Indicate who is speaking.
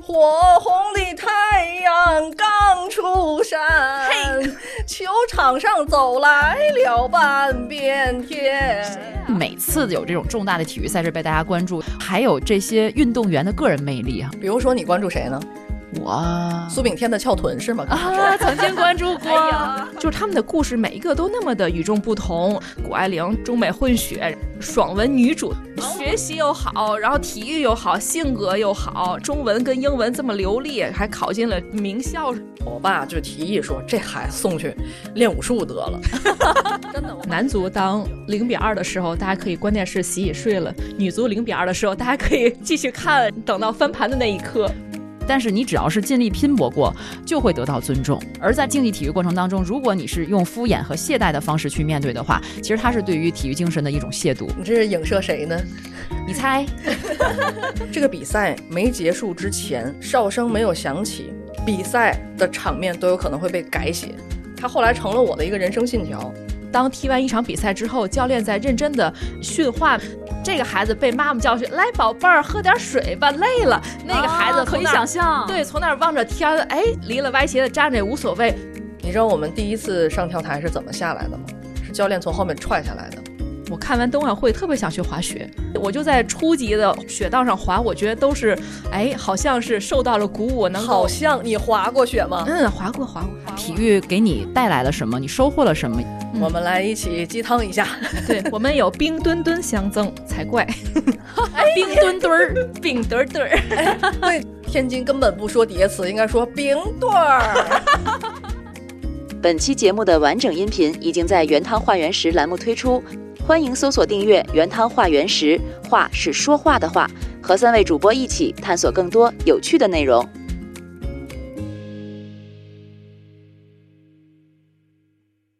Speaker 1: 火红的太阳刚出山，
Speaker 2: 嘿
Speaker 1: 球场上走来了半边天。
Speaker 2: 每次有这种重大的体育赛事被大家关注，还有这些运动员的个人魅力啊！
Speaker 1: 比如说，你关注谁呢？
Speaker 2: 我啊，
Speaker 1: 苏炳添的翘臀是吗？
Speaker 2: 曾经关注过，
Speaker 3: 就是他们的故事每一个都那么的与众不同。谷爱凌中美混血，爽文女主，学习又好，然后体育又好，性格又好，中文跟英文这么流利，还考进了名校。
Speaker 1: 我爸就提议说，这孩子送去练武术得了。真的，我
Speaker 3: 男足当零比二的时候，大家可以关键是洗洗睡了；女足零比二的时候，大家可以继续看，等到翻盘的那一刻。
Speaker 2: 但是你只要是尽力拼搏过，就会得到尊重。而在竞技体育过程当中，如果你是用敷衍和懈怠的方式去面对的话，其实它是对于体育精神的一种亵渎。
Speaker 1: 你这是影射谁呢？
Speaker 2: 你猜？
Speaker 1: 这个比赛没结束之前，哨声没有响起，比赛的场面都有可能会被改写。它后来成了我的一个人生信条。
Speaker 3: 当踢完一场比赛之后，教练在认真的训话，这个孩子被妈妈叫去，来宝贝儿，喝点水吧，累了。那个孩
Speaker 2: 啊
Speaker 3: 子
Speaker 4: 可
Speaker 3: 从
Speaker 4: 以
Speaker 3: 那儿、
Speaker 4: 想
Speaker 2: 嗯
Speaker 4: 象，，
Speaker 3: 对，从那儿望着天，哎，离了歪斜的站着也无所谓。
Speaker 1: 你知道我们第一次上跳台是怎么下来的吗？是教练从后面踹下来的。
Speaker 3: 我看完冬奥会特别想学滑雪，我就在初级的雪道上滑，我觉得都是，哎，好像是受到了鼓舞，能够
Speaker 1: 好，像你滑过雪吗？
Speaker 3: 嗯，滑过滑过，滑过
Speaker 2: 体育给你带来了什么？你收获了什么？
Speaker 3: 嗯
Speaker 1: 我们来一起鸡汤一下。
Speaker 3: 对我们有冰墩墩相赠才怪，冰墩墩儿，冰墩墩儿。
Speaker 1: 对，天津根本不说叠词，应该说冰墩儿。
Speaker 5: 本期节目的完整音频已经在“原汤化原石”栏目推出，欢迎搜索订阅“原汤化原石”，话是说话的话，和三位主播一起探索更多有趣的内容。